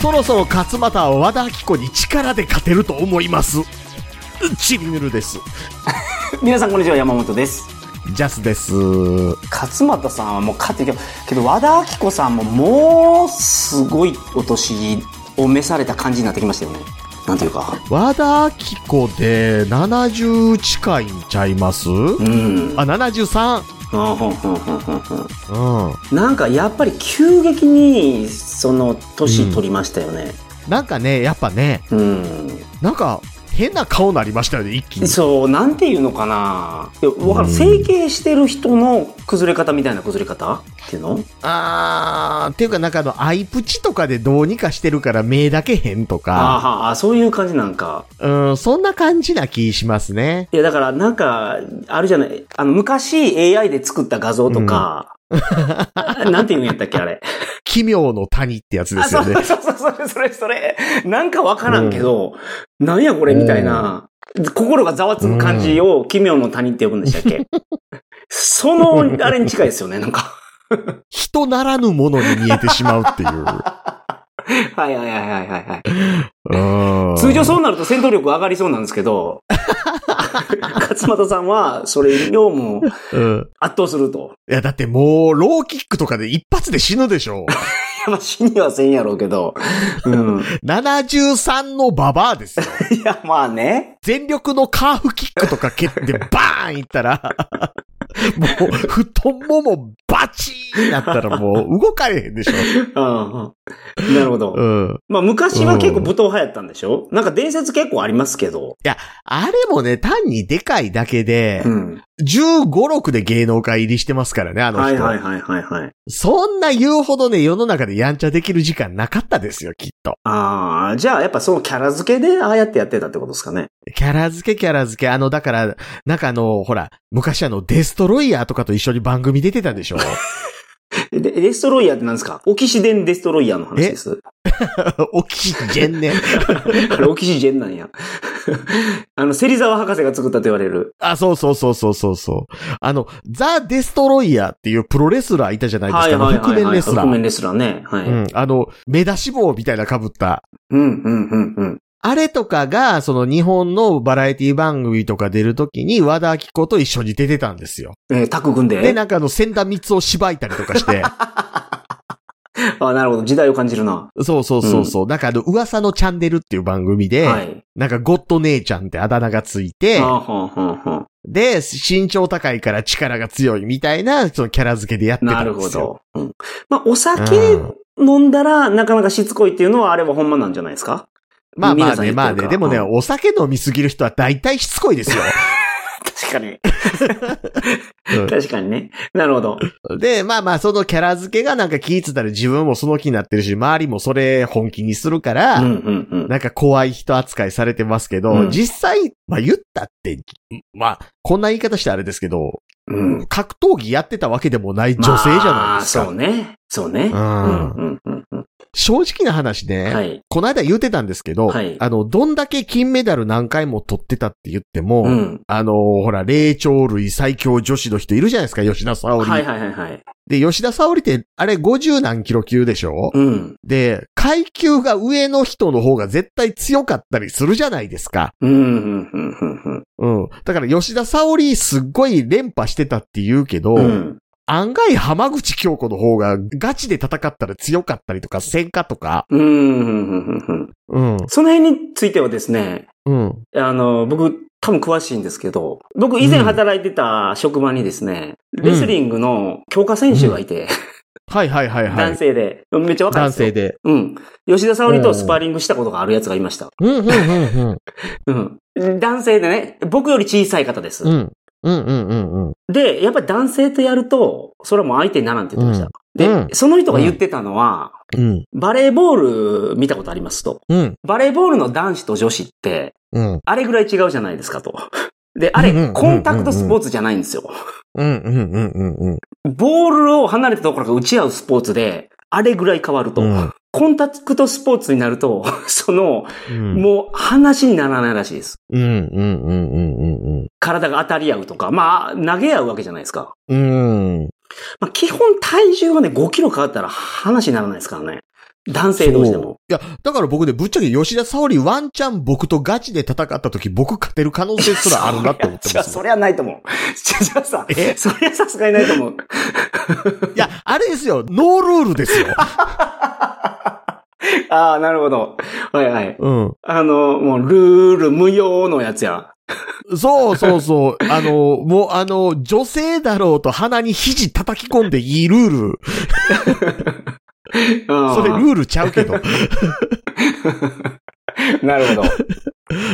そろそろ勝俣は和田アキ子に力で勝てると思いますチリヌルです皆さんこんにちは山本ですジャスです勝俣さんはもう勝ってるけど和田アキ子さんももうすごいお年を召された感じになってきましたよねなんていうか和田アキ子で70近いんちゃいますうんあ73うんふんふんふんふんふんうんなんかやっぱり急激にその年取りましたよねなんかねやっぱねうん、なんか変な顔になりましたよね一気にそうなんていうのかないやわかるうん整形してる人の崩れ方みたいな崩れ方っていうのあーっていうかなんかあのアイプチとかでどうにかしてるから目だけ変とあかーはーあーそういう感じなんかうんそんな感じな気しますねいやだからなんかあるじゃないあの昔 AI で作った画像とか、なんていうんやったっけあれ奇妙の谷って やつであすそようねそうそうそれそれそれなんかわからんけど、なんやこれみたいな、心がざわつく感じを奇妙の谷って呼ぶんでしたっ けそのあれに近いですよねなんか人ならぬものに見えてしまうっていう。はいはいはいはいはいはい。うん通常そうなると戦闘力上がりそうなんです けど、勝俣さんはそれをもううん。圧倒すると。いや、だってもう、ローキックとかで一発で死ぬでし ょ。まあ死にはせんやろうけど。うん。 73のババアですよ。いや、まあね。全力のカーフキックとか蹴ってバーンいったら、もう、太ももバチーンなったらもう動かれへんでしょ。うんうん。なるほど。うん。まあ昔は結構武闘派やったんでしょなんか伝説結構ありますけど。あれもね、単にでかいだけでう、ん。 15、6で芸能界入りしてますからね、あの人。はいはいはいはいはい。そんな言うほどね、世の中でやんちゃできる時間なかったですよ、きっと。ああ、じゃあやっぱそのキャラ付けでああやってやってたってことですかね。キャラ付けキャラ付け。あの、だから、なんかあの、ほら、昔あの、デストロイヤーとかと一緒に番組出てたでし ょで、デストロイヤーって何ですかオキシデンデストロイヤーの話 です。オキシジェンね。あれ、オキシジェンなんや。 あの、芹沢博士が作ったと言われる。 あ、そうそうそうそうそうそう。あの、ザ・デストロイヤーっていうプロレスラーいたじゃないですか。あの覆面レスラ覆ー。面レスラーね。はうい。ん。あの、目出し帽みたいな被った。うん、うん、うん、うん。あれとかが、その日本のバラエティ番組とか出るときに和田アキ子と一緒に出てたんですよ。えータッグ組んで。で、なんかあの、千田光を縛いたりとか して。あ、なるほど。時代を感じるな。そうそうそうそう。なんかあの、噂のチャンネルっていう番組で、はい。なんかゴッド姉ちゃんってあだ名がついてあ、はんはんはんで、身長高いから力が強いみたいな、そのキャラ付けでやってなたるんでほすよ。ど。うん。まあ、お酒飲んだら、なかなかしつこいっていうのは、あれはほんまなんじゃないですかまあまあ皆さんね、言ってるまあかね。でもね、うんお酒飲みすぎる人は大体しつこいですよ。 確かに。確かにね。なるほど。うんで、まあまあ、そのキャラ付けがなんか気ぃつったら自分もその気になってるし、周りもそれ本気にするから、うん、うん、うん。なんか怖い人扱いされてますけど、うん実際、まあ言ったって、まあ、こんな言い方してあれですけど、うん。格闘技やってたわけでもない女性じゃないですまあ、そか。うね。そうね。うんうん、うん、うん。正直な話ね、はい。この間言ってたんですけど、はいあの、どんだけ金メダル何回も取ってたって言っても、うん。あの、ほら、霊長類最強女子の人いるじゃないですか、吉田沙織。はいはいはいはい。で、吉田沙織って、あれ50何キロ級でしょ、うん。で、階級が上の人の方が絶対強かったりするじゃないですか。うん、うん、うん、うん、うん。うん。だから吉田沙織すっごい連覇してたって言うけど、うん。案外浜口京子の方がガチで戦ったら強かったりとか、戦火とか。うんうんうんうんうん。うん。その辺についてはですね、うん。あの、僕、多分詳しいんですけど、僕以前働いてた職場にですね、んレスリングの強化選手がいて、はいはいはい はい。男性で、めっちゃ若いん男ですよ。性で。うん。吉田沙織とスパーリングしたことがあるやつがいました。うんうんうんうん。うん。男性でね、僕より小さい方です。うん。うんうんうんうん。で、やっぱり男性とやると、それはもう相手にならんって言ってました。うんで、その人が言ってたのは、うん。バレーボール見たことありますと。うん。バレーボールの男子と女子って、うん。あれぐらい違うじゃないですかと。で、あれうんうんうんうんう、んコンタクトスポーツじゃないんですよ。うんうんうんうんうん。ボールを離れたところから打ち合うスポーツで、あれぐらい変わると。うんコンタクトスポーツになると、 その、うんもう話にならないらしいです。うんうんうんうんうん。体が当たり合うとか、まあ、投げ合うわけじゃないですか。うん。まあ、基本体重はね、5キロ変わったら話にならないですからね。男性同士でも。いや、だから僕でぶっちゃけ吉田沙保里ワンチャン僕とガチで戦った時僕勝てる可能性すらあるなって思って じまゃあ、すそよ。りゃないと思う。じゃあさえ、そりゃさすがにないと思う。 いや、あれですよ、ノールールですよ。ああ、なるほど。はいはい。うあの、もう、ルール無用のやつや。ん。そうそうそう。あの、もうあの、女性だろうと鼻に肘叩き込んでいいルール。そそれルールちゃうけど。なるほど。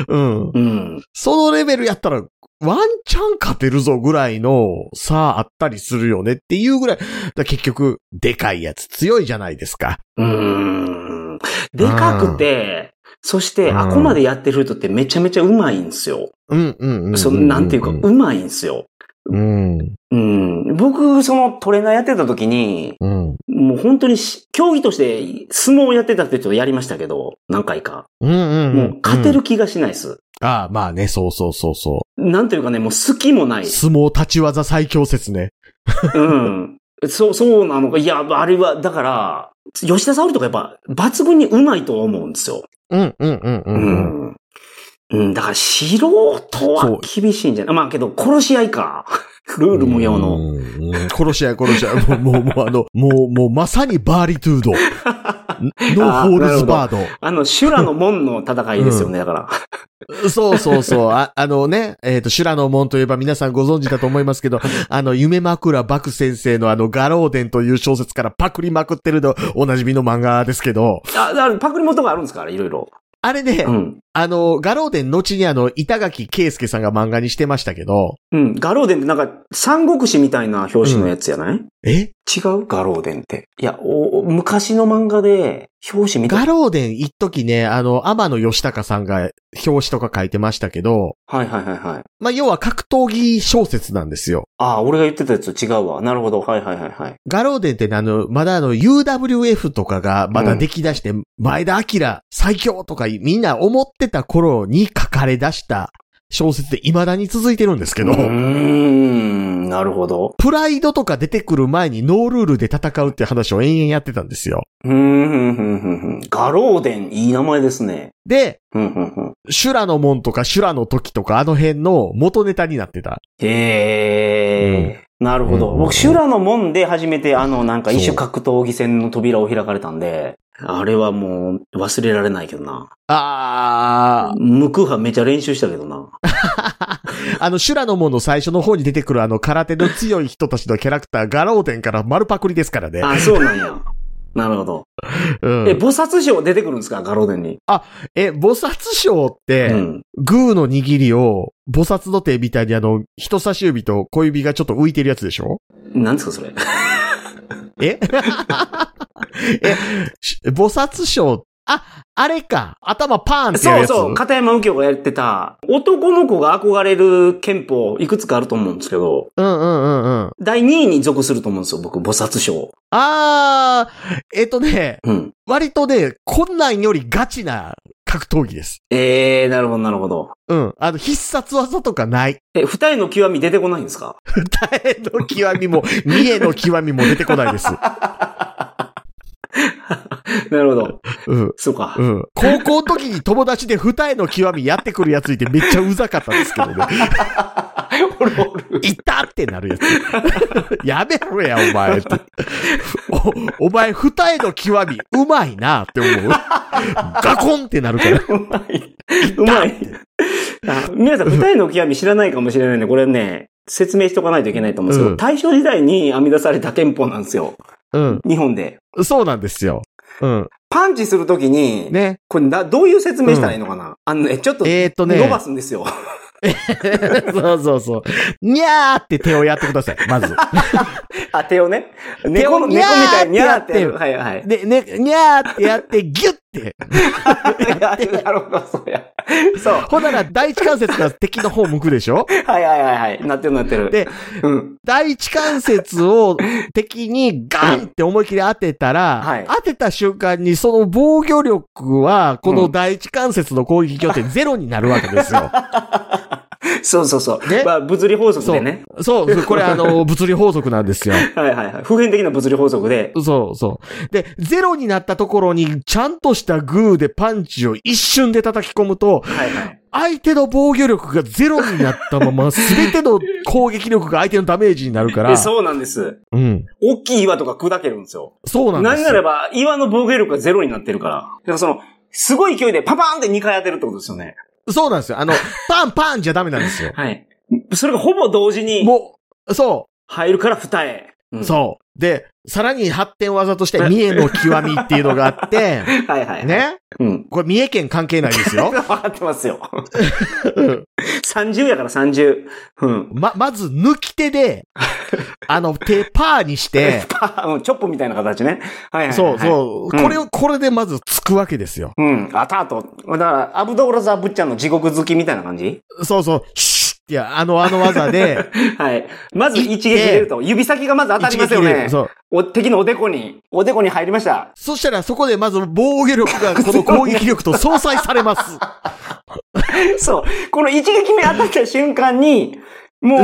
うん。うん。そのレベルやったら、ワンチャン勝てるぞぐらいの差あったりするよねっていうぐらい。だから結局、でかいやつ強いじゃないですか。うーん。でかくて、そして、うんあこまでやってる人ってめちゃめちゃうまいんですよ。うんうんうん。その、なんていうか、うまいんですよ。うん。うん。僕、そのトレーナーやってた時に、うん。もう本当にし競技として相撲をやってたってちょっとやりましたけど、何回か。うんうんもう。うん勝てる気がしないです。ああ、まあね、そうそうそうそ。。なんというかね、もう好きもないう 相撲立ち技最強説ね。うん。そう、そうなのか。いや、あれは、だから、吉田沙保里とかやっぱ抜群にうまいと思うんですよ。うんうんうんう。うんん。うん、だから素人そはう厳しいんじゃないまあけど、殺し合いか。 ルール無用の。うんうん。殺し合い殺し合い。もう、もう、もう、あの、もう、もう、まさにバーリトゥー ド。ノーホールズバード。あの、修羅の門の戦いですよね、だから。 そうそうそう。ああのね、えっ、と、修羅の門といえば皆さんご存知だと思いますけど、あの、夢枕漠先生のあの、ガローデンという小説からパクりまくってるの、おなじみの漫画ですけど、あ、だからパクリ元があるんですから、いろいろ。あれね、うん。あの、ガローデン後にあの、板垣圭介さんが漫画にしてましたけど、うん。ガローデンってなんか、三国志みたいな表紙のやつじゃない、違えうガローデンって。いや、おお昔の漫画で、表紙見たガ。ローデン一時ね、あの、天野義隆さんが表紙とか書いてましたけど、はいはいはいはい。まあ、要は格闘技小説なんですよ。ああ、俺が言ってたやつと違うわ。なるほど。はいはいはいはい。ガローデンってねあの、まだあの、UWF とかがまだ出来出して、前田明最強とかみんな思ってた頃に書かれ出した小説で未だに続いてるんですけうど、ーん、なるほど。プライドとか出てくる前にノールールで戦うって話を延々やってたんですよ。うーん、ふんふんふん。ガローデン、いい名前ですね。で、ふんふんふん。修羅の門とか修羅の時とかあの辺の元ネタになってた。へえ、なるほうんど。うん僕、修羅の門で初めて、あの、なんか一そう種格闘技戦の扉を開かれたんで、あれはもう忘れられないけどな。あ無空派めちゃ練習したけどな。ー、あの修羅の門の最初の方に出てくるあの空手の強い人たちのキャラクター、ガローデンから丸パクリですからね。あ、そうなんや。 なるほど。うんえ、菩薩賞出てくるんですかガローデンに。え、菩薩章っうて、ん。グーの握りを、菩薩土手みたいにあの、人差し指と小指がちょっと浮いてるやつでしょなんですかそれ。え え、し菩薩章、あ、あれか、頭パーンってやるそうやつ。そう、片山右京がやってた、男の子が憧れる憲法、いくつかあると思うんですけど、うんうんうんうん。第2位に属すると思うんですよ、僕、菩薩賞。あー、えっとね、うん。割とね、こんなんよりガチな格闘技です。えー、なるほど、なるほど。うん。あの、必殺技とかない。 え、二重の極み出てこないんですか誰の極みも、三重の極みも出てこないです。なるほど。うん。そうか。うん。高校の時に友達で二重の極みやってくるやついてめっちゃうざかったんですけどね。 おるおる。いたってなるやつ。 やめろや、お前って。お、お前二重の極み、うまいなって思う。ガコンってなるから。うまい。うまい。あ皆さん、二重の極み知らないかもしれないんで、これね、説明しとかないといけないと思うんですけど、うん大正時代に編み出された憲法なんですよ。う日本で。ん。そうなんですよ。うん。パンチするときに、ね。これな、どういう説明したらいいのかな、あのね、ちょっと、えーっとね。伸ばすんですよ。 そうそうそう。にゃーって手をやってください。ま ず。あ、手をね。猫の、に猫ゃみーたいに、にゃーっっててややっる。ては いはい。で、ね、にゃーってやって、ギュッて。 なるほど、そうや。そう。ほんなら第一関節が敵の方向くでしょはいはいはいはい。なってるなってる。で、うん。第一関節を敵にガンって思い切り当てたら、はい当てた瞬間にその防御 力は、この第一関節の攻撃によってゼロになるわけですよ。そうそうそう。ねまあ、物理法則でね。そう、そうこれあの、物理法則なんですよ。はいはいはい。普遍的な物理法則で。そうそう。で、ゼロになったところに、ちゃんとしたグーでパンチを一瞬で叩き込むと、はいはい。相手の防御力がゼロになったま ま、すべての攻撃力が相手のダメージになるかでら、そうなんです。うん。大きい岩とか砕けるんですよ。そうなんなでんすならよ。ば、岩の防御力がゼロになってるから。だからその、すごい勢いでパパーンって2回当てるってことですよね。そうなんですよ。あの、パンパンじゃダメなんですよ。はい。それがほぼ同時 にもう、そ入るから二重。うんう、そう。で、さらに発展技として、三重の極みっていうのがあ って、はいはい。。ね。うん。 これ三重県関係ないですよ。分かってますよ。30やから30。うん。ま、まず、抜き手で、あの、手パーにして、 パーうんチョップみたいな形ね。はいはい、はい。そうそう。うんこれを、これでまずつくわけですよ。う。うん。あたあと。だから、アブドーラザ・ブッチャンの地獄好きみたいな感じそうそう。シュッいや、あの、あの技で、はい。まず一撃入れると。指先がま ず当たりますよ一撃でね。そう。お敵のおでこに、おでこに入りました。そしたら、そこでまず防御力が、この攻撃力と相殺されます。そう。この一撃目当たった瞬間に、も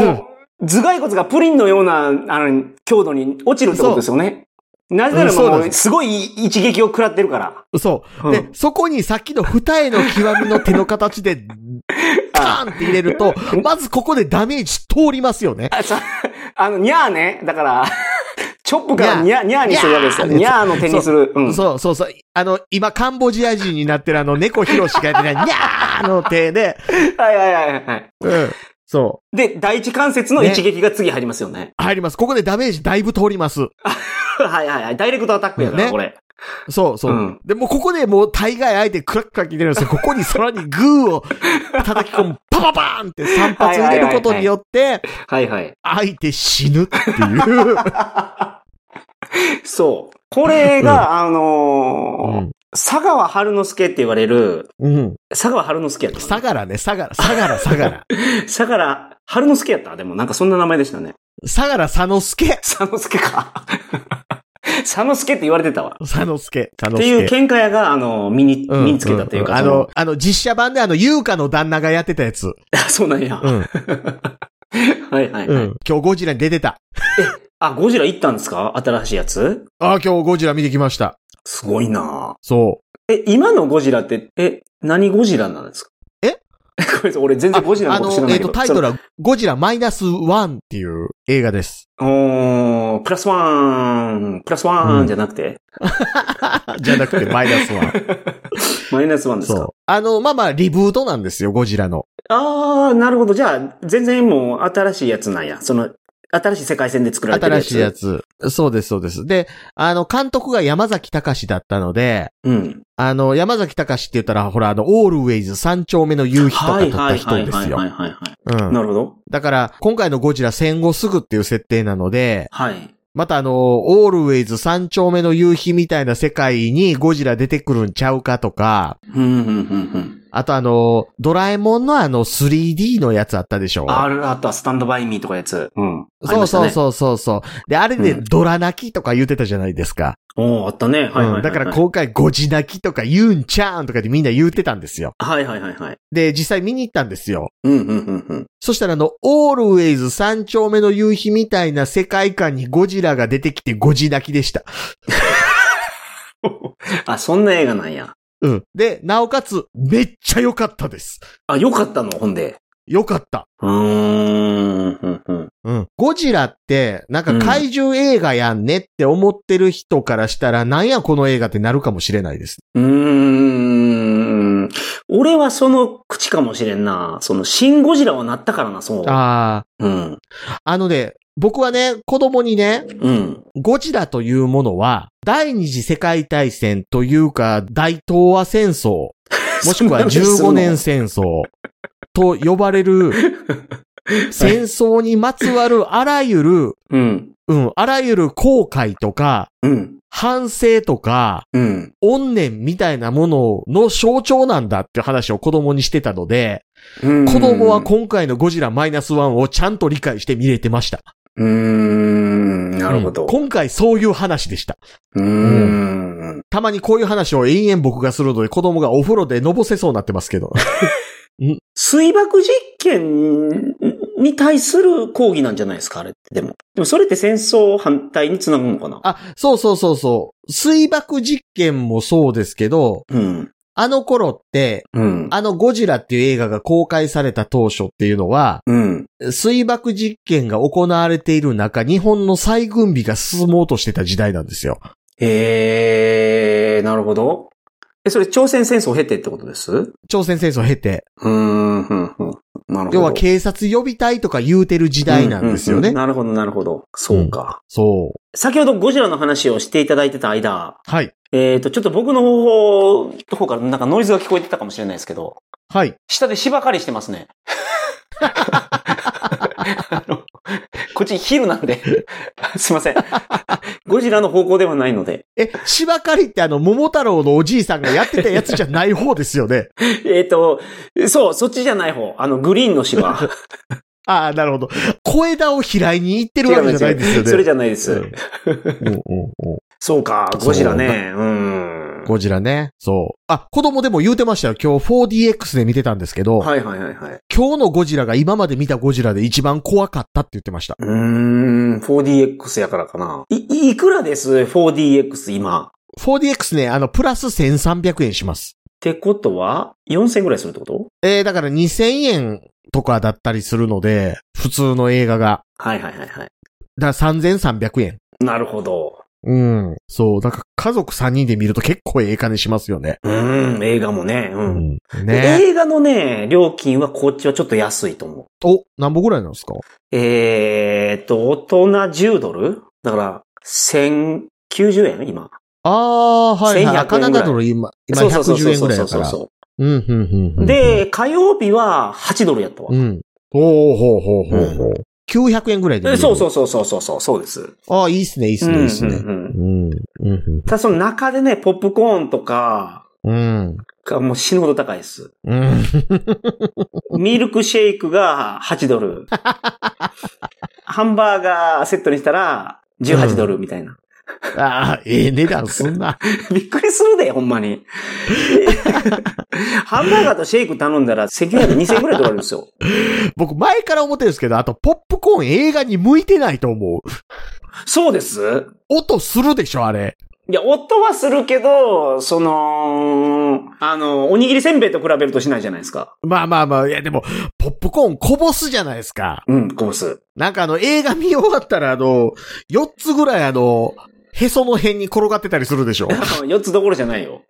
う、頭蓋骨がプリンのような、あの、強度に落ちるってことですよね。なぜならうんそうなもんでう、すごい一撃を食らってるから。そう。うで、そこにさっきの二重の極みの手の形で、パーンって入れると、まずここでダメージ通りますよね。あ、そう あの、ニャーね。だから、 チョップからニニャー、ニャーにするわけですよ。ニニャーャーの手にする。うん。そうそうそう。あの、今、カンボジア人になってるあの、猫ひろしが やってない、にゃーの手で、はいはいはいはい。うん。そう。で、第一関節の一撃が次入りますよね。 入ります。ここでダメージだいぶ通ります。はいはいはい。ダイレクトアタックやから、ねこれ。そうそう。うんで、もうここでもう大概相手クラックラック入れるんですよ。ここにさらにグーを叩き込む、 パパパーンって3発入れることによって、はいはい。相手死ぬっていう。そう。これが、あうのーん。佐川春之助って言われる、うん。佐川春之助やったか相良ね、相良、相良、相 良。な。佐川春之助やったでもなんかそんな名前でしたね。相良佐之助。佐之助か。 佐之助って言われてたわ。佐之助。佐っ之助。ていう喧嘩屋が、あの、身に、うん身につけたというか、んあそのの、あの、実写版であの、優香の旦那がやってたやつ。あ そうなんや。うん。はいはい。うん。 今日ゴジラに出てた。あ、ゴジラ行ったんですか新しいやつああ、今日ゴジラ見てきました。すごいなそえ、今のゴジラって、え、何ゴジラなんですかえごめんなさい、俺全う。あ然ゴジラのあ ことの知ら、なえいっけど。と、タイトルは、ゴジラマイナスワンっていう映画です。そのおープラスワン、プラスワうンんじゃなくて、じゃなくてマイナス ワン。マイナスワンですかう。あの、まあまあ、リブートなんですよ、ゴジラの。あー、なるほど。じゃあ、全然もう新しいやつなんや。その、新しい世界線で作られてるや新つ。しいやつ。そうです、そうです。で、あの、監督が山崎隆だったので、うん。あの、山崎隆って言ったら、ほら、あの、オールウェイズ三丁目の夕日とかは撮っいはたいは人いではすいよは。いはいはうい。ん。なるほど。だから、今回のゴジラ戦後すぐっていう設定なので、はい。またあの、オールウェイズ三丁目の夕日みたいな世界にゴジラ出てくるんちゃうかとか、うんうんうんうん。あとあの、ドラえもんのあの 3D のやつあったでしょある、あとはスタンドバイミーとかやつ。うん。そうそうう。そうそうそう。で、あれでうんドラ泣きとか言ってたじゃないですか。おーあったね。はいはいはいはうい。んだから今回ゴジ泣きとか言うんちゃーんとかってみんな言ってたんですよ。はいはいはいはい。で、実際見に行ったんですよ。うんうんうんうん。そしたらあの、オールウェイズ三丁目の夕日みたいな世界観にゴジラが出てきてゴジ泣きでした。あ、そんな映画なんや。うん。で、なおかつ、めっちゃ良かったです。あ、よかったの、ほんで。良かった。うーん、うん、うん。うん。ゴジラって、なんか怪獣映画やんねって思ってる人からしたら、なんやこの映画ってなるかもしれないです。うーん。俺はその口かもしれんな。その、シン・ゴジラはなったからな、そう。あうん。あ。あのね、僕はね、子供にね、うん。ゴジラというものは、第二次世界大戦というか、大東亜戦争、もしくは15年戦争と呼ばれる、戦争にまつわるあらゆる、うん。うん、あらゆる後悔とか、うん。反省とか、うん。怨念みたいなものの象徴なんだっていう話を子供にしてたので、うん。子供は今回のゴジラマイナスワンをちゃんと理解して見れてました。うーん。なるほうんど。今回そういう話でした。うーん。たまにこういう話を延々僕がするので子供がお風呂でのぼせそうになってますけど。水爆実権に対する抗議なんじゃないですか、あれって。でも。でもそれって戦争反対につなぐのかなあ、そうそうそうそう。水爆実験もそうですけど、うん。あの頃って、うん。あのゴジラっていう映画が公開された当初っていうのは、うん。水爆実験が行われている中、日本の再軍備が進もうとしてた時代なんですよ。えー、なるほど。え、それ朝鮮戦争を経てってことですう朝鮮戦争を経て、ーん、ふん、ふん。なるほど。要は警察予備隊とか言うてる時代なんですようね。ううなるほど、なるほど。そうか。そう。先ほどゴジラの話をしていただいてた間、はい。えっ、と、ちょっと僕の方法、方からなんかノイズが聞こえてたかもしれないですけど、はい。下で芝刈りしてますね。 あのこっち昼なんで、すいません。ゴジラの方向ではないので。え、芝刈りってあの、桃太郎のおじいさんがやってたやつじゃない方ですよね。えっ、と、そう、そっちじゃない方。あの、グリーンのあ芝。あ、なるほど。小枝を開いに行ってるわけじゃないですよね。それじゃないです。うんうんうんそうか、ゴジラね。うん。 ゴジラね。そう。あ、子供でも言うてましたよ。今日 4DX で見てたんですけど、はいはいはいはい。今日のゴジラが今まで見たゴジラで一番怖かったって言ってました。うーん、4DX やからかな。い、いくらです ?4DX 今。っ 4DX ね、あの、プラス1300円します。てことは、4000ぐらいするってことえー、だから2000円とかだったりするので、普通の映画が。はいはいはいだはい。から3300円。なるほど。うん。そう。だから家族3人で見ると結構ええ金しますよね。うーん、映画もね。う。うんん。ね映画のね、料金はこっちはちょっと安いと思う。お、何本ぐらいなんですかえーっと、大人10ドルだから、1090円今。あー、はい、はい。 1100カナダドル今、今そうそうそう110円ぐらいだそうそかうら。そうん、うん、うんうう。ん。、で、火曜日は8ドルやったわう。ん。おー、ほうほうほうほう。900円ぐらいで見れえる。そうそうそうそうそうそう、そうです。ああ、いいっすね、いいっすね、いいっすね。うんうんうんうん。うん。ただその中でね、ポップコーンとかうん。がもう死ぬほど高いです。うん。ミルクシェイクが8ド ル。ハンバーガーセットにしたら18ドルみたいな。ああ、ええ値段すんな。びっくりするで、ほんま に。ハンバーガーとシェイク頼んだら赤外で2000円くらい取られるんですよ。僕、前から思ってるんですけど、あと、ポップコーン映画に向いてないと思う。そうです。音するでしょ、あれ。いや、夫はするけど、その、あの、おにぎりせんべいと比べるとしないじゃないですか。まあまあまあ、いや、でも、ポップコーンこぼすじゃないですか。うん、こぼす。なんかあの、映画見終わったら、あの、4つぐらいあの、へその辺に転がってたりするでしょ。 4つどころじゃないよ。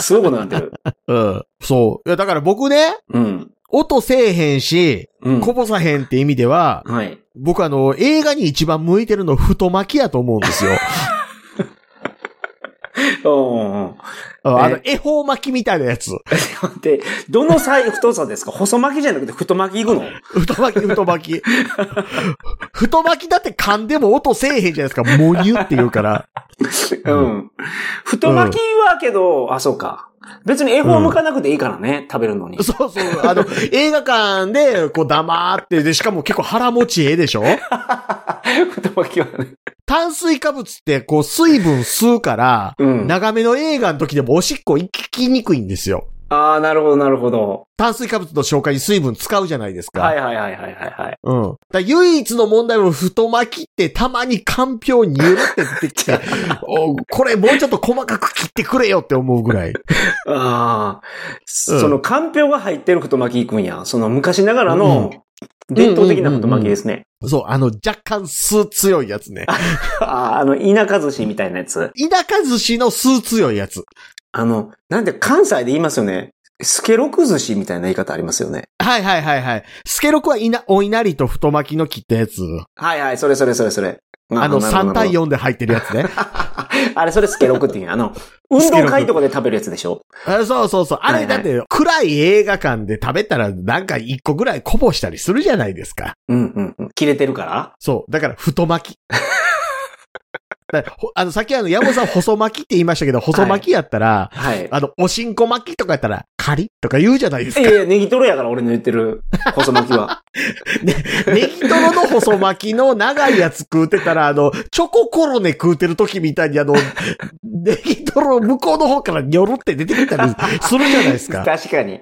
すごいことになってる。うん。そう。いや、だから僕ね、うん。音せえへんし、うん。こぼさへんって意味では、はい。僕あの、映画に一番向いてるの太巻きやと思うんです よ。おうおあの、恵方巻きみたいなやつ。うで、どのサイ太さですか細巻きじゃなくて太巻きいくの太巻き、太巻き。 太巻きだって噛んでも音せえへんじゃないですか。母乳って言うから。うん。太巻きはけど、あ、そうか。別に恵方向かなくていいからね、食べるのに。そうそう。あの、映画館で、こう黙って、で、しかも結構腹持ちええでしょ太巻きはね。炭水化物って、こう、水分吸うから、うん。あ長めの映画の時でもおしっこ行きにくいんですよ。あー、なるほど、なるほど。炭水化物の消化に水分使うじゃないですか。はいはいはいはいはいはい。うん。だから唯一の問題も太巻きってたまにかんぴょうにゆるって出てき て、おこれもうちょっと細かく切ってくれよって思うぐらい。ああ、うんその、かんぴょうが入ってる太巻きいくんや。その、昔ながらの、伝統的な太巻きですね。 そう、あの、若干酢強いやつね。ああ、あの、田舎寿司みたいなやつ。田舎寿司の酢強いやつ。あの、なんで関西で言いますよね。スケロク寿司みたいな言い方ありますよね。はいはいはいはい。スケロクはいな、お稲荷と太巻きの切ったやつ。はいはい、それそれそれそれ。あの、なるほ3どな対るほど。 4で入ってるや つね。 あれ、それスケロクっていうあ の、運動会とかで食べるやつでしょあそうそうそう。あれだって、暗い映画館で食べたらなんか1個ぐらいこぼしたりするじゃないですか。うんうんうん。切れてるからそう。だから、太 巻き。だからほあの、さっきあの、山本さん、細巻きって言いましたけど、細巻きやったら、はい。あの、おしんこ巻きとかやったら、カリッとか言うじゃないですいか。やいや、ネギトロやから俺の言ってる細巻きは。ネギトロの細巻きの長いやつ食うてたら、あの、チョココロネ食うてる時みたいに、 あの、 ネギトロ向こうの方からニョロって出てきたりするじゃないですか。確かに。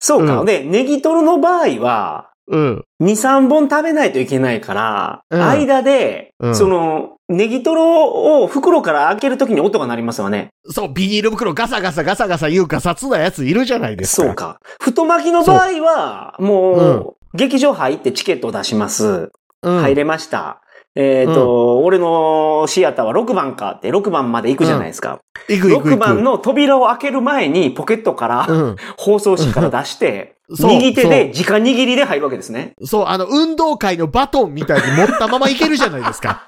そうか。うんで、ネギトロの場合は、うん。 2、3本食べないといけないから、うん間で、うんその、ネギトロを袋から開けるときに音が鳴りますわね。そう、ビニール袋ガサガサガサガサ言うガサツなやついるじゃないですか。そうか。太巻きの場合は、もう、劇場入ってチケットを出します。うん。入れました。えっ、と、俺のシアターは6番かって、6番まで行くじゃないですか。行く行く行く。 6番の扉を開ける前にポケットから、うん。放送室から出して、そう右手で直握りで入るわけですね。そう、あの、運動会のバトンみたいに持ったままいけるじゃないですか。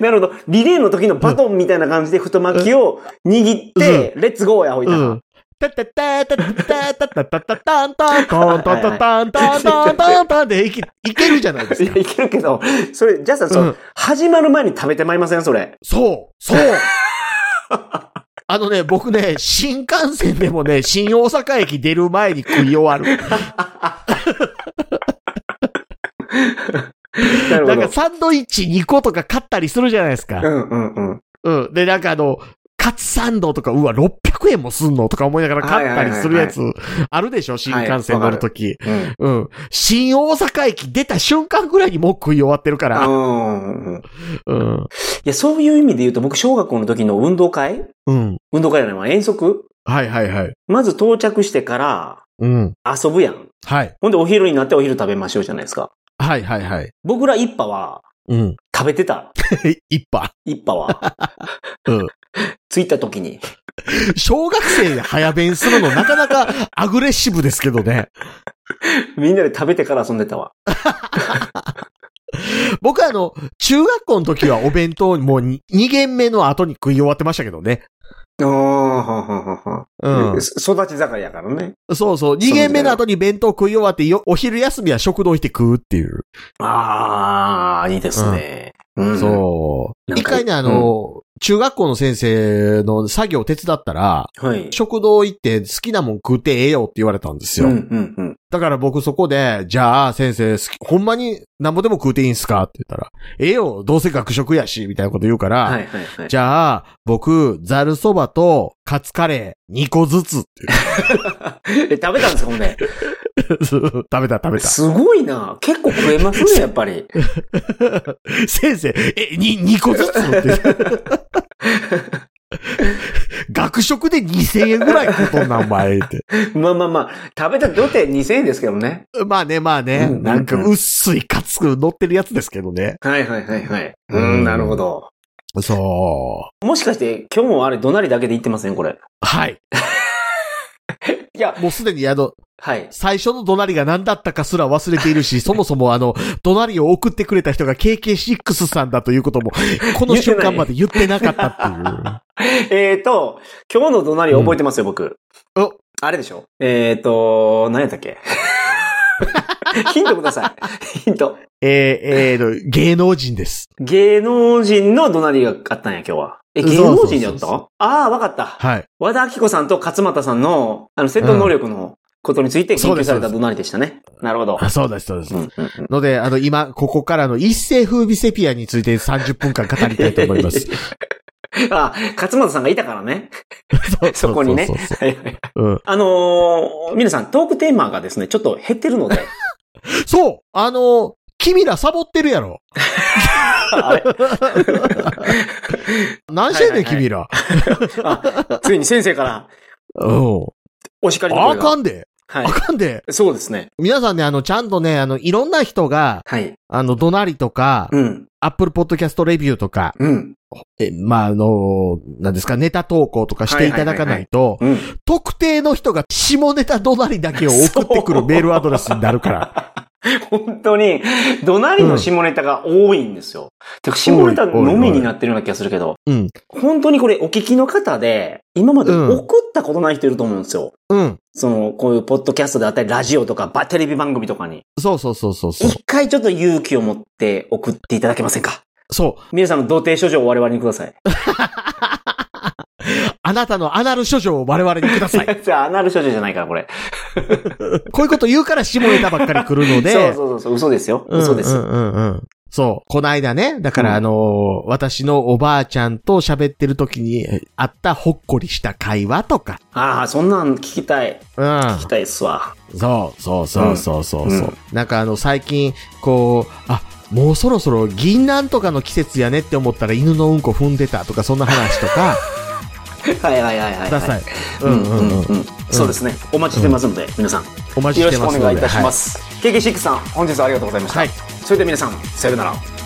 なるほど。リレーの時のバトンみたいな感じで太巻きを握って、レッツゴーやほいたうら。ん。タッタッタッタッタッタッタッタッタンタントントントンタンタンタンタンタンでいけいけるじゃないですいかや、。いけるけど、それ、ジャスさん、そうのん始まる前に食べてまいりませんそれ。そうそうあのね、僕ね、新幹線でもね、新大阪駅出る前に食い終わる。なるなんかほど。サンドイッチ2個とか買ったりするじゃないですうか。んうんうん。うん。で、なんかあの、カツサンドとか、うわ、600円もすんのとか思いながら買ったりするやつ、あるでしょ新幹線乗るとき。うんうん。新大阪駅出た瞬間ぐらいにもう食い終わってるから。うんうんうん。いうん。や、そういう意味で言うと、僕、小学校の時の運動会うん。運動会じゃないわ、遠足はいはいはい。まず到着してからうん。遊ぶやん。はい。ほんで、お昼になってお昼食べましょうじゃないですか。はいはいはい。僕ら一派は、うん。 食べてた。一派。一派 は。うん。着いた時に。小学生で早弁するのなかなかアグレッシブですけどね。みんなで食べてから遊んでたわ。僕はあの、中学校の時はお弁当にもう2軒目の後に食い終わってましたけどね。ああ、はははは。うん。そ育ち盛りやからね。そうそう。2軒目の後に弁当食い終わってよ、お昼休みは食堂行って食うっていう。ああ、いいですね。うんそう。一回ね、あの、中学校の先生の作業を手伝ったら、はい。食堂行って好きなもん食ってええよって言われたんですうよ。んうんうん。だから僕そこで、じゃあ先生好き、ほんまに何ぼでも食うていいんすかって言ったら、ええよ、どうせ学食やし、みたいなこと言うから、はいはいはい。じゃあ、僕、ザルそばとカツカレー2個ずつって え、食べたんですかほん で。食べた食べた。すごいな。結構食えますね、やっぱ り。 先生、え、に、2個ずつって。 学食で2000円ぐらい食うとんな、お前って。まあまあまあ、食べたとて2000円ですけどね。 まあね、まあね。うんなんか、薄いカツ乗ってるやつですけどね。はいはいはいはい。うん、なるほど。そう。もしかして、今日もあれ、怒鳴りだけで言ってませんこれ。はい。いや、もうすでに、あの、はい。最初の怒鳴りが何だったかすら忘れている し、そもそもあの、怒鳴りを送ってくれた人が KK6 さんだということも、この瞬間まで言ってなかったってえーと、今日の怒鳴り覚えてますよ、僕。いう。お、あれでしょえーと、何やったっ けヒントください。ヒント。えー、えーと、芸能人です。芸能人の怒鳴りがあったんや、今日は。え、芸能人そやっうそうそうたああ、わかった。はい。和田明子さんと勝俣さんの、あの、戦闘能力のことについて研究された怒鳴りでしたね。なるほど。あそうです、そうです。うんうんうんので、あの、今、ここからの一世風靡セピアについて30分間語りたいと思い ます。あ、勝俣さんがいたからね。そうそこにねそうそうそ。はいはい。ううんあのー皆さん、トークテーマがですね、ちょっと減ってるので。 そうあの、君らサボってるやろ。あれ何してんねん、はいはいはい君ら。あついに先生からうん。お叱りのあ声が。かんで。はあい。かんで。そうですね。皆さんね、あの、ちゃんとね、あの、いろんな人が、はい。あの、怒鳴りとか、うん。アップルポッドキャストレビューとか、うん。え、まあ、あの、なんですか、ネタ投稿とかしていただかないと、うん。特定の人が下ネタ怒鳴りだけを送ってくるメールアドレスになる から。本当に、怒鳴りの下ネタが多いんですよ。てか、下ネタのみになってるような気がするけど、うん。本当にこれお聞きの方で、今までうん送ったことない人いると思うんですよ。うん。その、こういうポッドキャストであったり、ラジオとか、ばテレビ番組とかに。そうそうそうそうそう。一回ちょっと勇気を持って送っていただけませんかそう。皆さんの童貞処女を我々にください。あなたのアナル処女を我々にください。じゃあ、アナル処女じ ゃないから、これ。こういうこと言うから下ネタばっかり来るので。そうそうそうそう、嘘ですよ。うん嘘です。うんうんうん。そう。この間ね、だかうんらあのー私のおばあちゃんと喋ってる時にえあったほっこりした会話とか。ああ、そんなん聞きたい。聞きうたいっすわ。ん。そう、そう、そう、そう、そう、そううんなんかあの、最近、こう、あ、もうそろそろ銀杏とかの季節やねって思ったら犬のうんこ踏んでたとか、そんな話とか、はいはいはいはい。ください。ううんんううんんううんん。そうですね。お待ちしてますので、皆さん。お待ちよしろしてくまおすので。。願いいたしますす。KK6 さん、本日はありがとうございました。はいそれでは皆さん、さようなら。